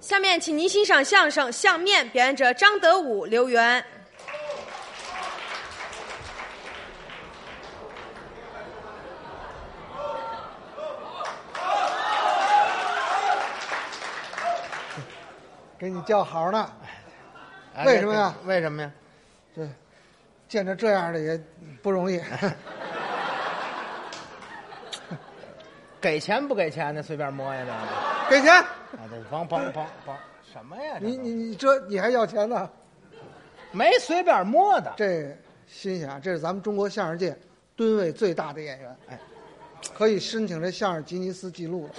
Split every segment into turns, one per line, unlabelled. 下面，请您欣赏相声《相面》，表演者张德武、刘源。
给你叫好呢，
哎
为什么呀？
为什么呀？
这见着这样的也不容易。
给钱不给钱的，随便摸呀那
给钱，
个。啊，这帮帮帮帮什么呀？这
你
都
你你这你还要钱呢？
没随便摸的，
这新鲜啊！这是咱们中国相声界吨位最大的演员，哎，可以申请这相声吉尼斯纪录了，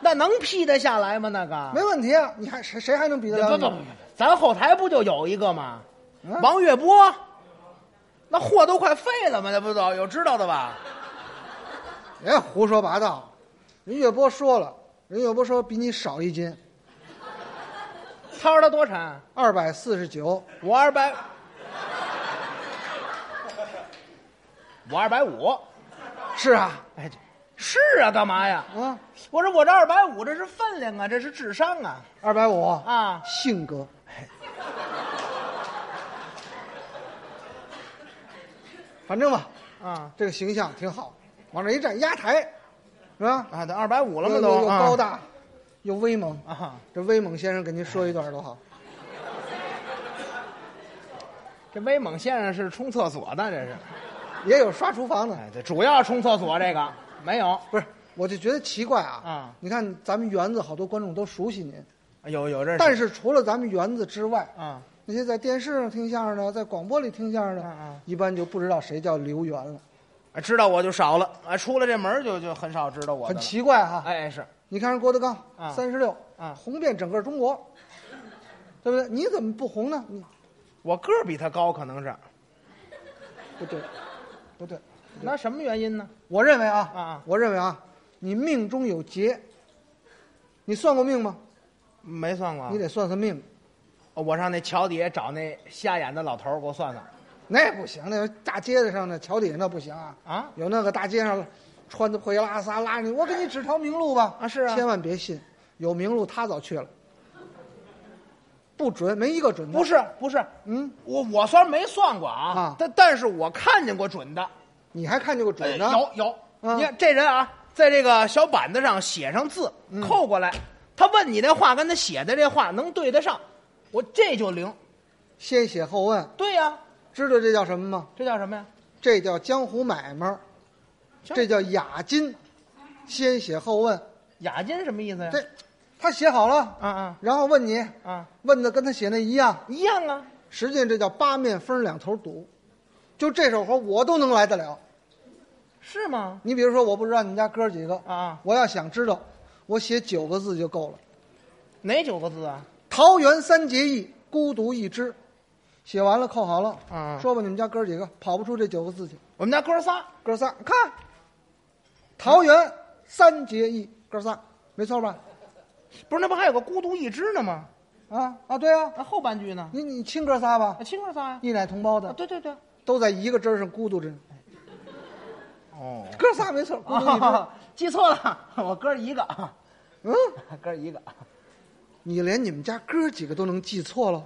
那能批得下来吗？那个
没问题啊！你还谁谁还能比得
不
了
不不
你？，
咱后台不就有一个吗？
嗯
王月波，那货都快废了吗？那不都有知道的吧？
别哎胡说八道！人岳波说了，人岳波说比你少一斤，
他说他多沉，
二百四十九，
我二百，我二百五。
是啊，
哎，这是啊，干嘛呀？
啊，
我说我这二百五，这是分量啊，这是智商啊
二百五，
啊！
性格，反正吧，
啊
这个形象挺好，往这一站压台，是吧？
啊，都二百五了吗？
又
都
又
啊
高大，又威猛。
啊！
这威猛先生给您说一段多好，
这威猛先生是冲厕所的，这是。
也有刷厨房的。
哎，这主要冲厕所这个没有，
不是，我就觉得奇怪啊。
啊
你看咱们园子好多观众都熟悉您，
有有这
但是除了咱们园子之外，
啊，
那些在电视上听相声的，在广播里听相声的，
嗯嗯
一般就不知道谁叫刘源了，
啊知道我就少了，啊，出了这门儿就就很少知道我的
很
了。
奇怪啊哈、
哎，是
你看人郭德纲
啊
三十六
啊
红遍整个中国，对不对？你怎么不红呢？你
我个儿比他高，可能是。
不对，不对，
那什么原因呢？
我认为啊，
啊啊
我认为啊，你命中有劫。你算过命吗？
没算过。
你得算算命，
哦我上那桥底下找那瞎眼的老头儿给我算算。
那不行，那大街子上那桥底下那不行啊
啊
有那个大街上穿的破衣拉撒拉着你，我给你指条明路吧
啊是啊
千万别信，有明路他早去了，不准，没一个准的。
不，是不是，
嗯，
我我虽然没算过啊，
啊
但但是我看见过准的，
你还看见过准的？
哎有有。
嗯
你看这人啊，在这个小板子上写上字，
嗯
扣过来，他问你那话跟他写的这话能对得上，我这就灵。
先写后问，
对呀、
知道这叫什么吗？
这叫什么呀？
这叫江湖买卖儿，
行
这叫雅金，先写后问。
雅金什么意思呀？
这他写好了，
啊啊
然后问你，
啊，
问的跟他写那一样，
一样啊。
实际上这叫八面分两头堵。就这手活我都能来得了。
是吗？
你比如说，我不知道你们家哥几个
啊
我要想知道，我写九个字就够了。
哪九个字啊？
桃园三结义，孤独一只。写完了扣好了，
嗯
说吧，你们家哥几个跑不出这九个字去。
我们家哥仨
哥仨，看，桃园三结义，哥仨，没错吧？
不是那不还有个孤独一只呢吗？
啊啊，对啊，
那、后半句呢？
你你亲哥仨吧
啊，，亲哥仨呀、啊
一奶同胞的，
对对对。
都在一个枝儿上咕嘟着呢。
哦。
哥仨没错，咕嘟一只。
啊， 记错了，我哥一个，
嗯，
哥一个。
你连你们家哥几个都能记错了，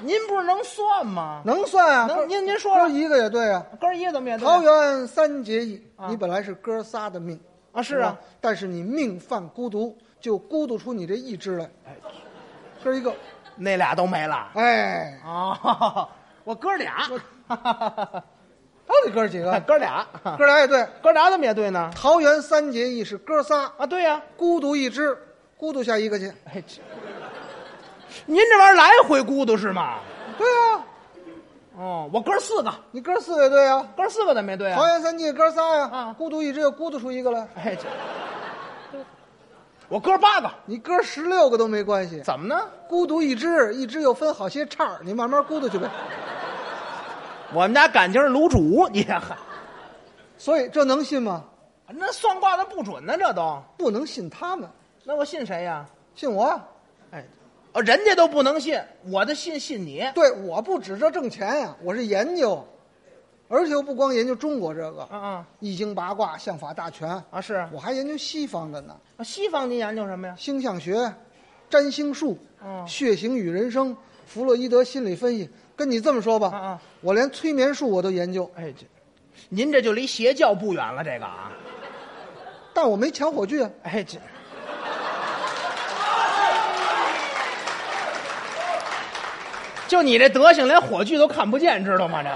您不是能算吗？
能算啊？
能
哥
您您说
哥
说
一个也对啊。
哥一个怎么也对
桃园三结义，
啊
你本来是哥仨的命，
啊，是
是吧
啊，，
但是你命犯孤独，就孤独出你这一支来。哥一个，
那俩都没了。
哎，
哦，我哥俩，
到底哥几个？
哎哥俩，
哥俩也对。
哥俩怎么也对呢？
桃园三结义是哥仨，
啊，对呀、
孤独一只，孤独下一个去。
哎，这您这玩意儿来回咕嘟是吗？
对啊，
哦，我哥四个，
你哥四也对啊，
哥四个怎么也对
桃
啊？
园三结义哥仨呀、
啊
孤独一只又孤独出一个来，
哎，这我哥八个，
你哥十六个都没关系。
怎么呢？
孤独一只，一只又分好些叉儿，你慢慢孤独去呗。
我们家感情是卤煮，你看，
所以这能信吗？
啊那算卦的不准呢，这都，
不能信他们，
那我信谁呀？
信我啊。
哎，哦，人家都不能信，我的信信你。
对，我不指着挣钱呀、我是研究。而且我不光研究中国这个
啊啊
易经八卦、相法大全，
啊是啊
我还研究西方的呢，
西方您研究什么呀？
星象学、占星术、
嗯
血型与人生、弗洛伊德心理分析。跟你这么说吧，
啊啊
我连催眠术我都研究，
哎这，您这就离邪教不远了，这个啊，
但我没抢火炬啊。
哎这，就你这德行，连火炬都看不见，知道吗？这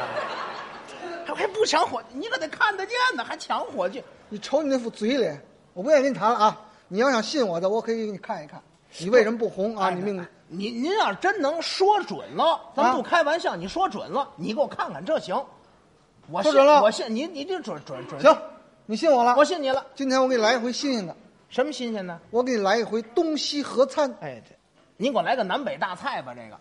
还还不抢火，你可得看得见呢，还抢火炬？
你瞅你那副嘴脸，我不愿意跟你谈了啊！你要想信我的，我可以给你看一看，你为什么不红啊？
哎
你命，
您您要是真能说准了，咱
啊
不开玩笑，你说准了，你给我看看这行，我
说
信
准了
我信你，你这准准准
行，，你信我了。
哎我信你了。
今天我给你来一回新鲜的，
什么新鲜呢？
我给你来一回东西合餐。
哎，这，您给我来个南北大菜吧。这个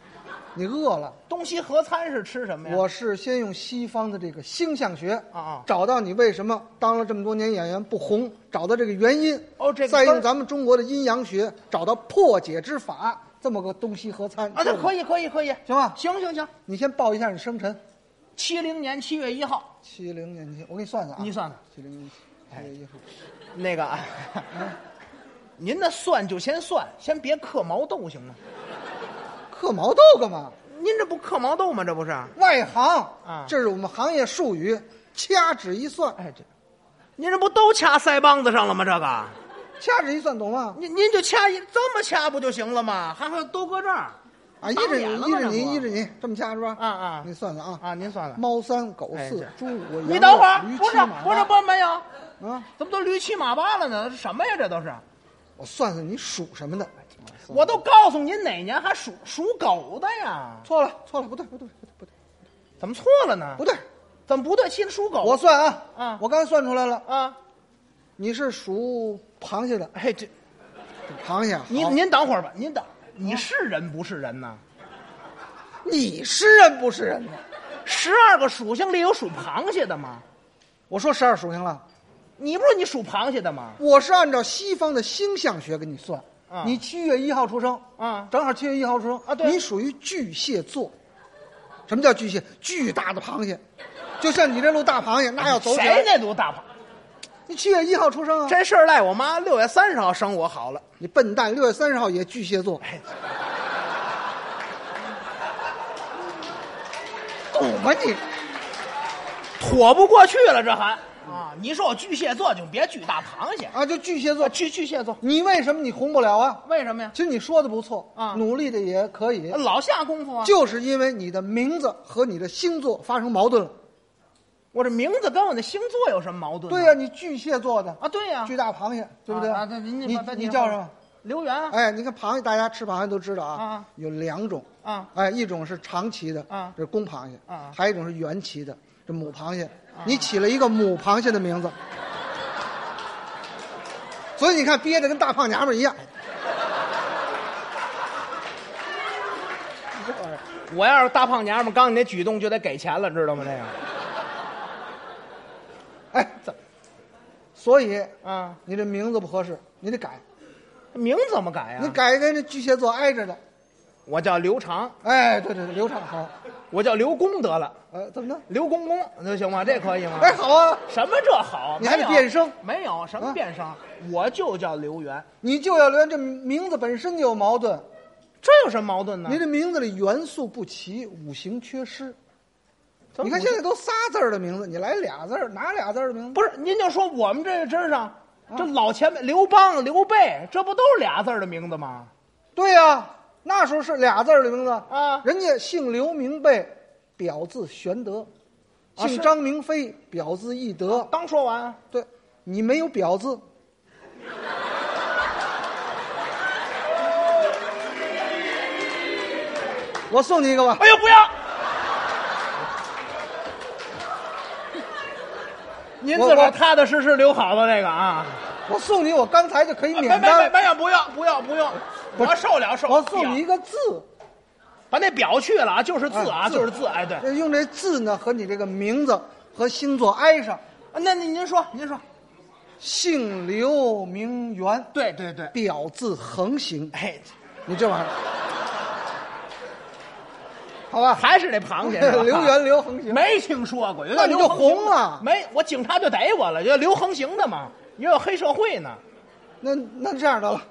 你饿了，
东西合餐是吃什么呀？
我是先用西方的这个星象学
啊啊
找到你为什么当了这么多年演员不红，找到这个原因。
哦这个
再
根儿
用咱们中国的阴阳学找到破解之法，这么个东西合餐。
啊，对，可
以。
以，可以，可以，
行吧
行行行，
你先报一下你生辰，
七零年七月一号，
七零年七，我给你算算啊。
你算算
七零年七，七月一号。
那个， 啊您那算就先算，先别嗑毛豆行吗？
刻毛豆干嘛？
您这不嗑毛豆吗？这不是？
外行
啊
这是我们行业术语，掐指一算，
哎，这，您这不都掐腮帮子上了吗？这个，
掐指一算懂吗？
您您就掐一这么掐不就行了吗？还会都搁这儿
啊，依着
打脸了
你，依着
吗这不
你，依着你，这么掐是吧？
啊啊
你算算啊，
啊？您算算，
猫三狗
哎
四
这
猪五，
你
羊
等
六
会儿，
驴
不
七
是
马
不是
八
不是没有，
啊！
怎么都驴七马八了呢？这什么呀？这都
嗯
是。
我算算你属什么的，哎
我都告诉您哪年还属属狗的呀？
错了错了，不对不对不对不对
怎么错了呢？
不对，
怎么不对？其实属狗。
我算啊，
啊
我刚才算出来了，
啊，
你是属螃蟹的，
哎，这
螃蟹好，
您您等会儿吧，您等，你是人不是人呢？
你是人不是啊人呢？
十二个属性里有属螃蟹的吗？
我说十二属性了。
你不是你属螃蟹的吗？
我是按照西方的星象学给你算，
啊
你七月一号出生，
啊
正好七月一号出生
啊对
你属于巨蟹座。什么叫巨蟹？巨大的螃蟹，就像你这路大螃蟹，那要走起
谁
来。
那都大螃？
你七月一号出生啊，
这事儿赖我妈，六月三十号生我好了。
你笨蛋，六月三十号也巨蟹座，
哎，
懂吗你？
妥不过去了，这还啊？你说我巨蟹座就别巨大螃蟹，
啊，就巨蟹座，
巨巨蟹座
你为什么你红不了啊？
为什么呀？
其实你说的不错
啊
努力的也可以，
老下功夫啊！
就是因为你的名字和你的星座发生矛盾了。
我这名字跟我那星座有什么矛盾呢？
对呀、你巨蟹座的
啊，对呀、
巨大螃蟹，对不对？
啊啊对您您
你
把把
你
您
叫
说
什么？
刘源啊，
哎，你看螃蟹，大家吃螃蟹都知道啊，
啊
有两种
啊，
哎，一种是长鳍的，
啊
这是公螃蟹，
啊
还有一种是圆鳍的，这母螃蟹。你起了一个母螃蟹的名字，所以你看憋得跟大胖娘们儿一样。
我要是大胖娘们儿，刚你那举动就得给钱了，知道吗？这个
哎，怎？所以
啊，
你这名字不合适，你得改，
名怎么哎改呀、
你改跟这巨蟹座挨着的。
我叫刘长，
哎，对对对，刘畅好，
我叫刘公得了，
呃，怎么的？
刘公公那行吗？这可以吗？
哎，好啊，
什么这好？
你还得
没有
变声？
没有什么
啊
变声，我就叫刘源，
你就要连这名字本身就有矛盾，
这有什么矛盾呢？
你这名字里元素不齐，五行缺失。
怎么
你看现在都仨字儿的名字，你来俩字儿，哪俩字儿的名字？
不是您就说我们这个真上，
啊
这老前辈刘邦、刘备，这不都是俩字儿的名字吗？
对呀、那时候是俩字儿的名字
啊
人家姓刘名备，表字玄德；
啊
姓
是
张名飞，表字翼德。
刚说完啊，
对，你没有表字，我送你一个吧。
哎呦不要！您自个
我
儿
我
踏踏实实留好了这个啊，
我送你，我刚才就可以
没
免
没没
单。
没有，不要不要不用，
不是
我受了受不了。
我送你一个字，
把那表去了啊，就是字啊，
哎字
就是字。哎，对，
用这字呢和你这个名字和星座挨上，
那您您说您说，
姓刘名元，
对对对，
表字横行。
哎，
你这玩意儿，好吧
还是那螃蟹是吧 啊
刘源刘恒行，
没听说过，有
那
叫
你
刘
就
恒行
红
的
了
没，我警察就逮我了，有刘恒行的嘛，也有黑社会呢。
那那这样得了，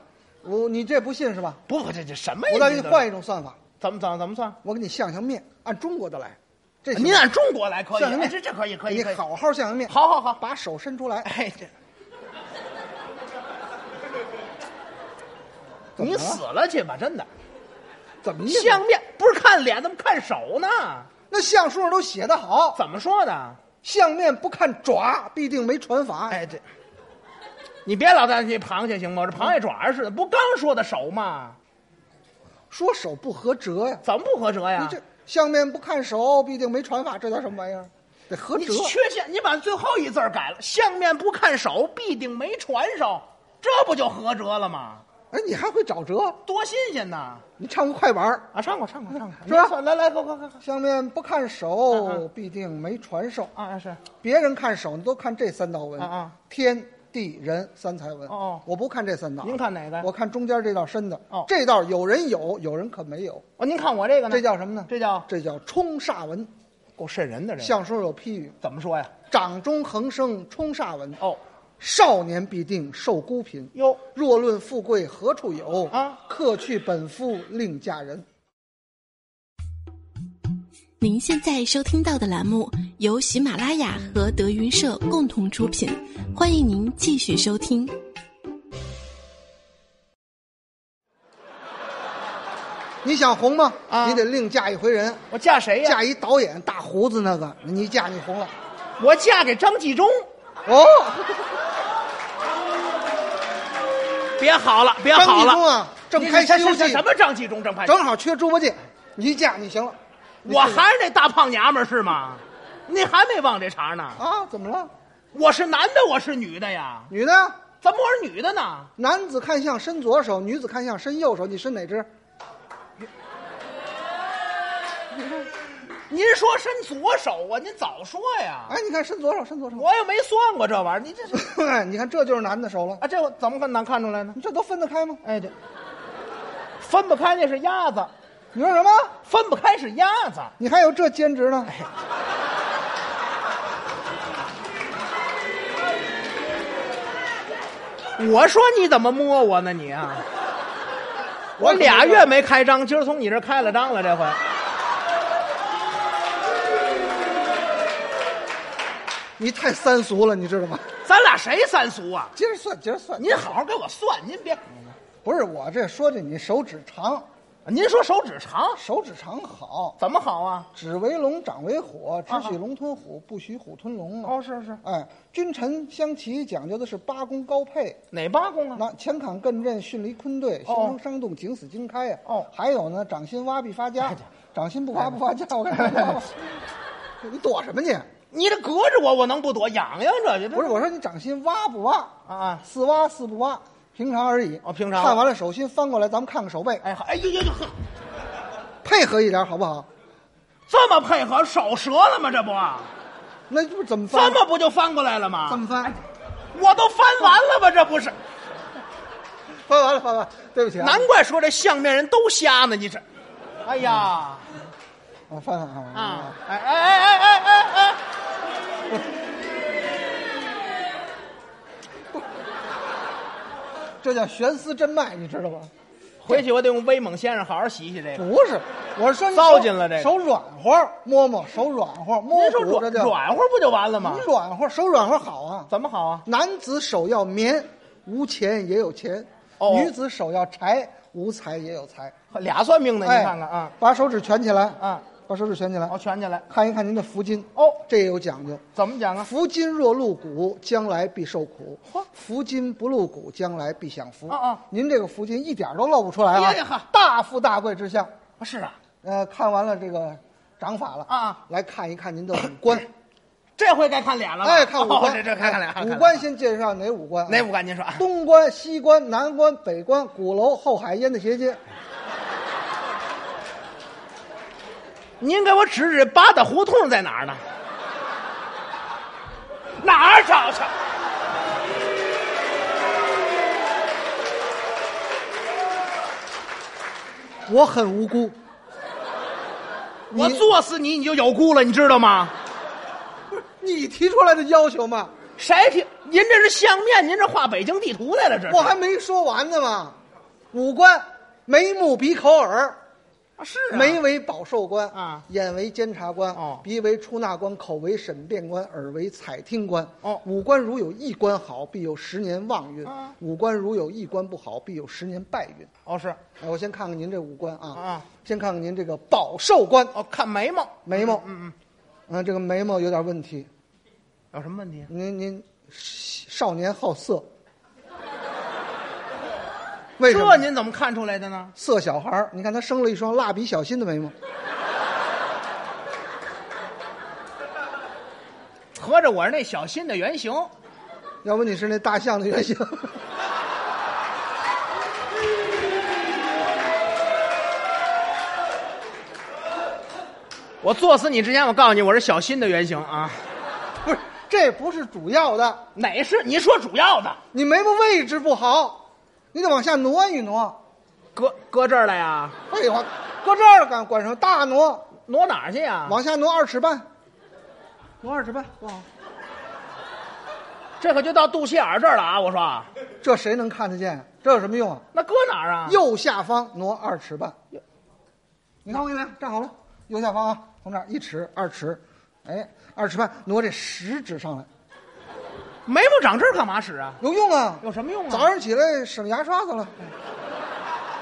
我你这不信是吧？
不，这这什么呀？
我再给你
这都
换，一种算法，
怎么怎么怎么算？
我给你相相面，按中国的来。这行
您按中国哎来可以，
算什么
哎这这可以可以
你
可以。，
好好相相面，
好好好，
把手伸出来。
哎这。
怎么
你
了
死了去吧，真的。
怎么意思？
相面不是看脸，怎么看手呢？
那相书上都写得好，
怎么说的？
相面不看爪，必定没传法。
哎，这，你别老担心螃蟹行吗？我这螃蟹爪儿似的，不刚说的手吗？
说手不合辙呀，
怎么不合辙呀？
你这相面不看手，必定没传法，这叫什么玩意儿？得合
你
辙。
缺陷，你把最后一字儿改了，相面不看手，必定没传手，这不就合辙了吗？
哎，你还会找辙？
多新鲜呐！
你唱个快板儿。
啊，唱过唱过唱过，
是吧
没错来来，快快快快！
相面不看
嗯
手
嗯，
必定没传授。
啊是，
别人看手，你都看这三道纹
啊啊
天地人三才纹。
哦哦
我不看这三道。
您看哪个
我看中间这道深的。
哦
这道有人有，有人可没有。
哦，您看我这个呢，
这叫什么呢？
这叫
这叫冲煞纹。
够瘆人的这个，
相书有批语：
怎么说呀？
掌中横生冲煞纹，
哦，
少年必定受孤贫。
哟，
若论富贵何处有？
啊，
客去本夫另嫁人。
您现在收听到的栏目由喜马拉雅和德云社共同出品，欢迎您继续收听。
你想红吗？
啊
你得另嫁一回人。
我嫁谁呀？
嫁一导演大胡子那个，你一嫁你红了。
我嫁给张纪中。
哦，
别好了，别
张
好
纪
了
中啊，正拍《
什
西游记
什》，什么张纪中正拍？
正好缺猪八戒，你一嫁你行了。你
我
这个
还是那大胖娘们儿是吗？你还没忘这茬呢？
啊？怎么了？
我是男的，我是女的呀？
女的呀，
怎么我是女的呢？
男子看向伸左手，女子看向伸右手，你伸哪只？
您说伸左手啊？您早说呀！
哎，你看伸左手，伸左 手。哎
我也没算过这玩意儿，你这是
你看这就是男的手了，
啊？这我怎么可能看出来呢？
你这都分得开吗？
哎，这分不开那是鸭子，
你说什么？
分不开是鸭子。
你还有这兼职呢？
我说你怎么摸我呢你啊？ 我俩月没开张，今儿从你这儿开了张了，这回。
你太三俗了，你知道吗？
咱俩谁三俗啊？
接着算，接着算。
您好好给我算，您别，
不是我这说的，你手指长，
您说手指长
手指长好，
怎么好啊？
指为龙，掌为火，只许龙吞虎，不许虎吞龙啊。
哦，是是，
哎，君臣相齐讲究的是八公高配，
哪八公啊？
那前坎艮震、巽离坤兑、
哦
形成伤动、井死惊开呀。
哦
还有呢，掌心挖必发家
哎呀，
掌心不挖不发家。我跟你说吧， 你躲什么你？
你这隔着我，我能不躲？痒痒这这
不是我说你掌心挖不挖
啊啊！
四挖四不挖，平常而已。
哦平常
看完了手心翻过来，咱们看看手背，
哎好哎呦呦呦呵，
配合一点好不好？
这么配合，手折了吗？这不
那不是怎么翻？
翻吧，不就翻过来了吗？
怎么翻？
我都翻完了吧？这不是？
翻完了，翻完了，对不起啊。
难怪说这相面人都瞎呢！你这，哎呀
我翻翻啊
啊！哎哎哎哎哎哎！
这叫悬丝真脉，你知道吗？
回去我得用威猛先生好好洗洗这个。
不是，我是说你
糟
手
践了这个
手软和，摸摸手软和，摸
您说
骨
软
这叫嗯
软和不就完了吗
你？软和，手软和好啊。
怎么好啊？
男子手要棉，无钱也有钱；
哦
女子手要柴，无财也有财。
俩算命的，你
哎
看看啊，
把手指卷起来
啊，
把手指卷起来
我，蜷起来。
看一看您的福金。
哦，
这也有讲究。
怎么讲啊？
福金若露骨，将来必受苦
嚯；
福金不露骨，将来必享福。
啊啊
您这个福金一点儿都露不出来
哎呀呵
啊，大富大贵之相。
不是啊，
呃，看完了这个掌法了
啊啊，
来看一看您的五官。
这回该看脸了吧。
哎，看五官，
哦这这看看脸，看看
五
脸
官先介绍哪五官？
哪五？官？您说啊？
东关、西关、南关、北关、鼓楼、后海、烟的斜街。
您给我指指八大胡同在哪儿呢？ 哪儿找去？
我很无辜，你
我作死你，你就有辜了，你知道吗？
你提出来的要求嘛，
谁听？您这是相面，您这画北京地图来了，这 是
我还没说完呢嘛。五官：眉目鼻口耳，
啊是啊
眉为保寿官
啊
眼为监察官
哦
鼻为出纳官，口为审辩官，耳为采听官
哦
五官如有一官好，必有十年旺运；
啊
五官如有一官不好，必有十年败运。
哦是
哎，我先看看您这五官啊，
啊
先看看您这个保寿官
哦，看眉毛
眉毛，
嗯嗯，
嗯、这个眉毛有点问题，
有什么问题？
您您少年好 色，为什么
这？您怎么看出来的呢？
色小孩儿，你看他生了一双蜡笔小新的眉毛，
合着我是那小新的原型，
要不你是那大象的原型。
我作死你之前，我告诉你，我是小新的原型啊。
不是，这不是主要的，
哪是？你说主要的，
你眉毛位置不好，你得往下挪一挪。
搁搁这儿来呀？
废话，搁这儿干管什么大挪？
挪哪儿去呀？
往下挪二尺半，挪二尺半，哇，
这可就到肚脐眼儿这儿了啊！我说，
这谁能看得见？这有什么用啊？
那搁哪儿啊？
右下方挪二尺半，你看我给你来站好了，右下方啊，从这儿一尺、二尺，哎，二尺半挪这食指上来，
眉毛长这儿干嘛使啊？
有用啊？
有什么用啊？
早上起来省牙刷子了，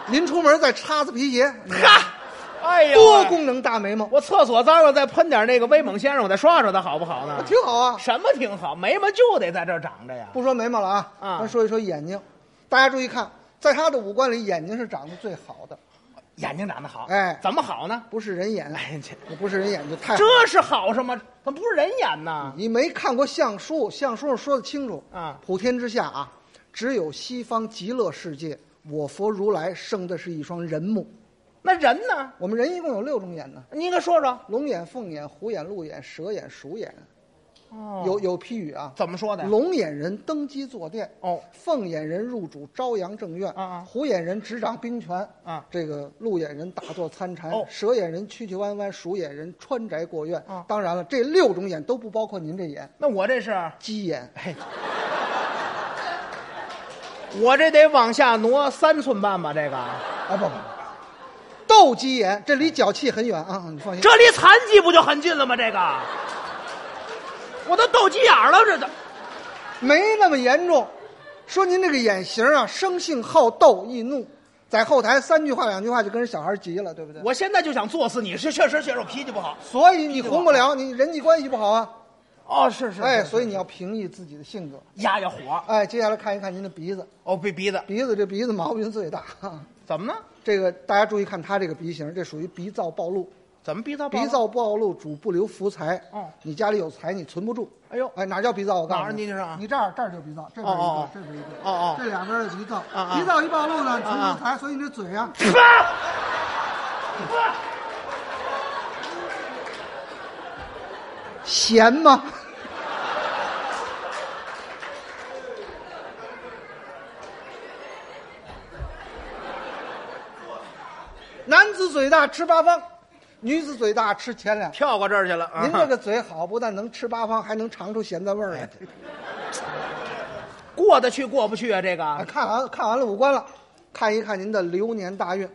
临出门再擦擦皮鞋，
哈，哎呀，
多功能大眉毛，
我厕所脏了，再喷点那个威猛先生，我再刷刷它，好不好呢？
挺好啊。
什么挺好，眉毛就得在这儿长着呀。
不说眉毛了啊，
啊
咱说一说眼睛。大家注意看，在他的五官里，眼睛是长得最好的，
眼睛长得好，
哎
怎么好呢？
不是人眼，
哎这
不是人眼就太好了
这是好什么？怎么不是人眼呢？
你没看过相书，相书上说的清楚
啊
普天之下啊，只有西方极乐世界，我佛如来生的是一双人目。
那人呢？
我们人一共有六种眼呢，
您给说说。
龙眼、凤眼、虎眼、鹿眼、蛇眼、鼠眼。
哦
有有批语啊，
怎么说的？
龙眼人登基坐殿，
哦，
凤眼人入主朝阳正院，
啊啊
虎眼人执掌兵权，
啊
这个鹿眼人打坐参禅，
哦
蛇眼人曲曲弯弯，鼠眼人穿宅过院。
啊
当然了，这六种眼都不包括您这眼，
那我这是，
鸡眼。
哎，我这得往下挪三寸半吧？这个，
啊，不不不，斗鸡眼，这离脚气很远啊，你放心。
这离残疾不就很近了吗？这个，我都斗鸡眼儿了，这都。
没那么严重，说您这个眼型啊，生性好斗易怒，在后台三句话两句话就跟人小孩急了，对不对？
我现在就想作死你，是确实确实我脾气不好。
所以你红不了，你人际关系不好啊。
哦，是是
哎，
哎，
所以你要平抑自己的性格。
压压火。
哎，接下来看一看您的鼻子，
哦，被鼻子
鼻子这鼻子毛病最大。哈
怎么呢？
这个大家注意看他这个鼻型，这属于鼻燥暴露。
怎么鼻燥？
鼻。燥暴露，主不留福财。
哦
你家里有财，你存不住。
哎呦
哎，哪叫鼻燥？我告
哪
诉
儿
你，
你这是啊
你这儿这儿就鼻燥，这边一
哦哦
个
哦，
这边一个，
哦哦
这两边儿的鼻燥。
啊
鼻燥一暴露呢，存
啊
不住财，所以你这嘴 啊，咸吗？ 男子嘴大吃八方，女子嘴大吃钱粮。
跳过这儿去了。啊
您这个嘴好，不但能吃八方，还能尝出咸菜味儿
哎
来。
过得去过不去啊？这
啊
个
看完看完了五官了，看一看您的流年大运，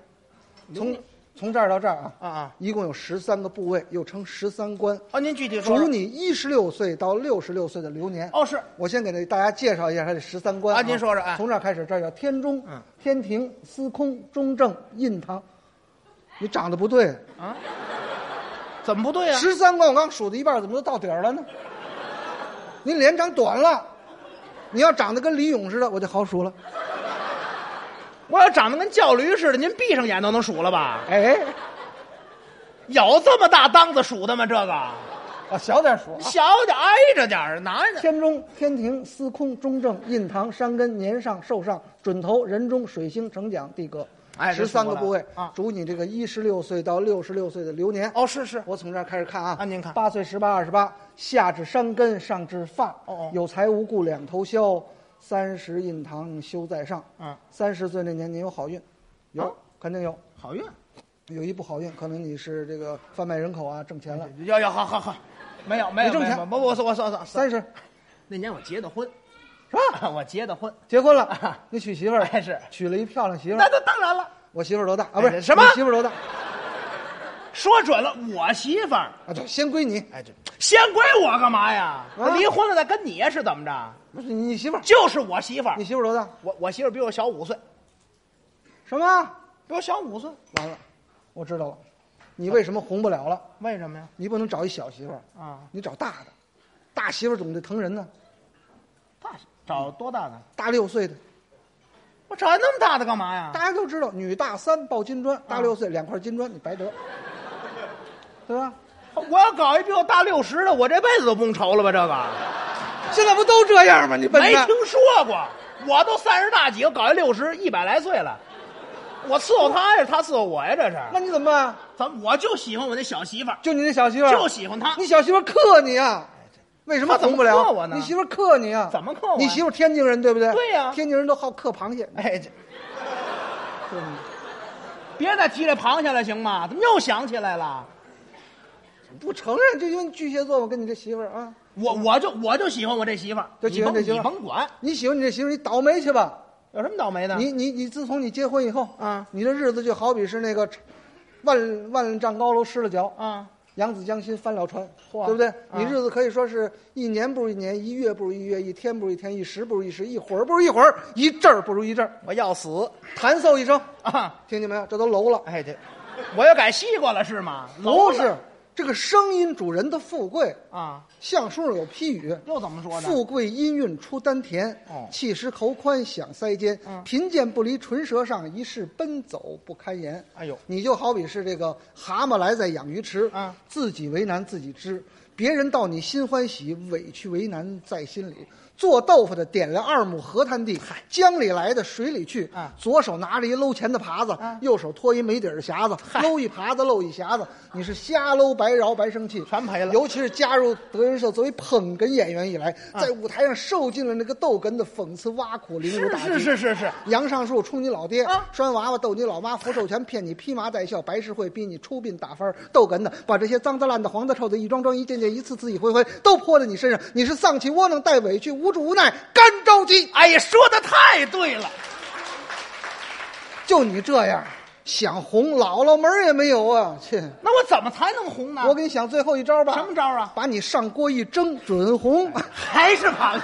从从这儿到这儿啊
啊啊！
一共有十三个部位，又称十三关，
哦，您具体说
主
说。
你一十六岁到六十六岁的流年。
哦，是
我先给大家介绍一下它这十三关
啊您说说哎
从这儿开始，这儿叫天中
嗯、
天庭、司空、中正、印堂。你长得不对，
啊？怎么不对啊？
十三关我刚数到一半，怎么都到底儿了呢？你脸长短了，你要长得跟李勇似的，我就好数了。
我要长得跟叫驴似的，您闭上眼都能数了吧？
哎，
有这么大当子数的吗？这个
啊，小点数啊。
小点挨着点儿，拿着。
天中、天庭、司空、中正、印堂、山根、年上、寿上、准头、人中、水星、成讲、地格，
哎这
十三
数过
个
来
部位
啊
主你这个一十六岁到六十六岁的流年。
哦，是是。
我从这儿开始看啊，
啊您看
八岁、十八、二十八，下至山根，上至发，
哦哦
有财无故两头削，三十印堂修在上，
嗯，
三十岁那年您有好运，有、
啊
肯定有，
好运。
有一不好运，可能你是这个贩卖人口啊，挣钱了。
要要好好好，没有没
你
有
挣
没有
钱
不不我我我我
三十
那年我结的婚，
是吧？
我结的婚，
结婚了，你娶媳妇儿
哎是
娶了一漂亮媳妇
那
儿。
那当然了，
我媳妇儿多大啊？不
哎
是
什么
你媳妇儿多大
说准了我媳妇儿，
啊？对，先归你。
哎这先归我干嘛呀？
啊
离婚了再跟你呀是怎么着？
不是你媳妇儿，
就是我媳妇儿
你，媳妇儿多大？
我我媳妇儿比我小五岁，
什么？
比我小五岁，
完了，我知道了，你为什么红不了了？
为什么呀？
你不能找一小媳妇儿，
啊，
你找大的，大媳妇儿总得疼人呢，
大找多大的？
大六岁的，
我找那么大的干嘛呀？
大家都知道，女大三抱金砖，大六岁两块金砖你白得，对吧？
我要搞一比我大六十的，我这辈子都甭愁了吧？这个
现在不都这样吗？你笨
没
蛋
听！说过，我都三十大几，我搞一六十，一百来岁了，我伺候他呀，他伺候我呀，这
那
是。
你怎么办？
咱们我就喜欢我那小媳妇儿，
就你那小媳妇儿，
就喜欢她
你小媳妇儿克你啊？为什么红不
她怎么克
了？
我呢
你媳妇儿克你啊？
怎么克我呀
你媳妇儿天津人对不对？
对呀
天津人都好克螃蟹，
哎， 这
对吗
别再提这螃蟹了，行吗？怎么又想起来了？
不承认就因为巨蟹座，我跟你这媳妇儿啊，
我我就我就喜欢我这媳妇儿，
就
你
喜欢
甭
这媳妇
你
儿
甭管，
你喜欢你这媳妇儿，你倒霉去吧。
有什么倒霉的？
你你你，自从你结婚以后
啊
你的日子就好比是那个万万丈高楼失了脚，
啊，
扬子江心翻了船，
嚯
对不对？
啊
你日子可以说是一年不如一年，一月不如一月，一天不如一天，一时不如一时，一会儿不如一会儿，一阵儿不如一阵儿，
我要死
弹奏一声，
啊！
听见没有？这都楼了，
哎，这我要改西瓜了是吗？
楼
楼
是
了
这个声音主人的富贵。
啊，
相书上有批语，
又怎么说呢？
富贵音韵出丹田
哦，嗯
气实口宽响腮间，贫贱不离唇舌上，一世奔走不堪言。
哎呦
你就好比是这个蛤蟆来在养鱼池，
啊
自己为难自己知，别人道你心欢喜，委屈为难在心里。做豆腐的点了二亩河滩地，江里来的水里去，
啊
左手拿着一搂钱的耙子，
啊
右手托一没底儿的匣子，搂一耙子搂一匣子，你是瞎搂白饶白生气，
全赔了
尤其是加入德云社作为捧哏演员以来，
啊
在舞台上受尽了那个逗哏的讽刺、挖苦、凌辱
是
打击。
是是是是，
杨上树冲你老爹，
啊
拴娃娃逗你老妈，福寿全骗你披麻戴孝，白事会逼你出殡打幡儿，逗哏的把这些脏的烂的黄的臭的，一桩桩一件件一次次一回回都泼在你身上，你是丧气窝囊带委屈无助无奈干着急，
哎呀，说的太对了，
就你这样想红姥姥门儿也没有啊！切，
那我怎么才能红呢？
我给你想最后一招吧，
什么招啊？哎
把你上锅一蒸准红。
还是螃蟹。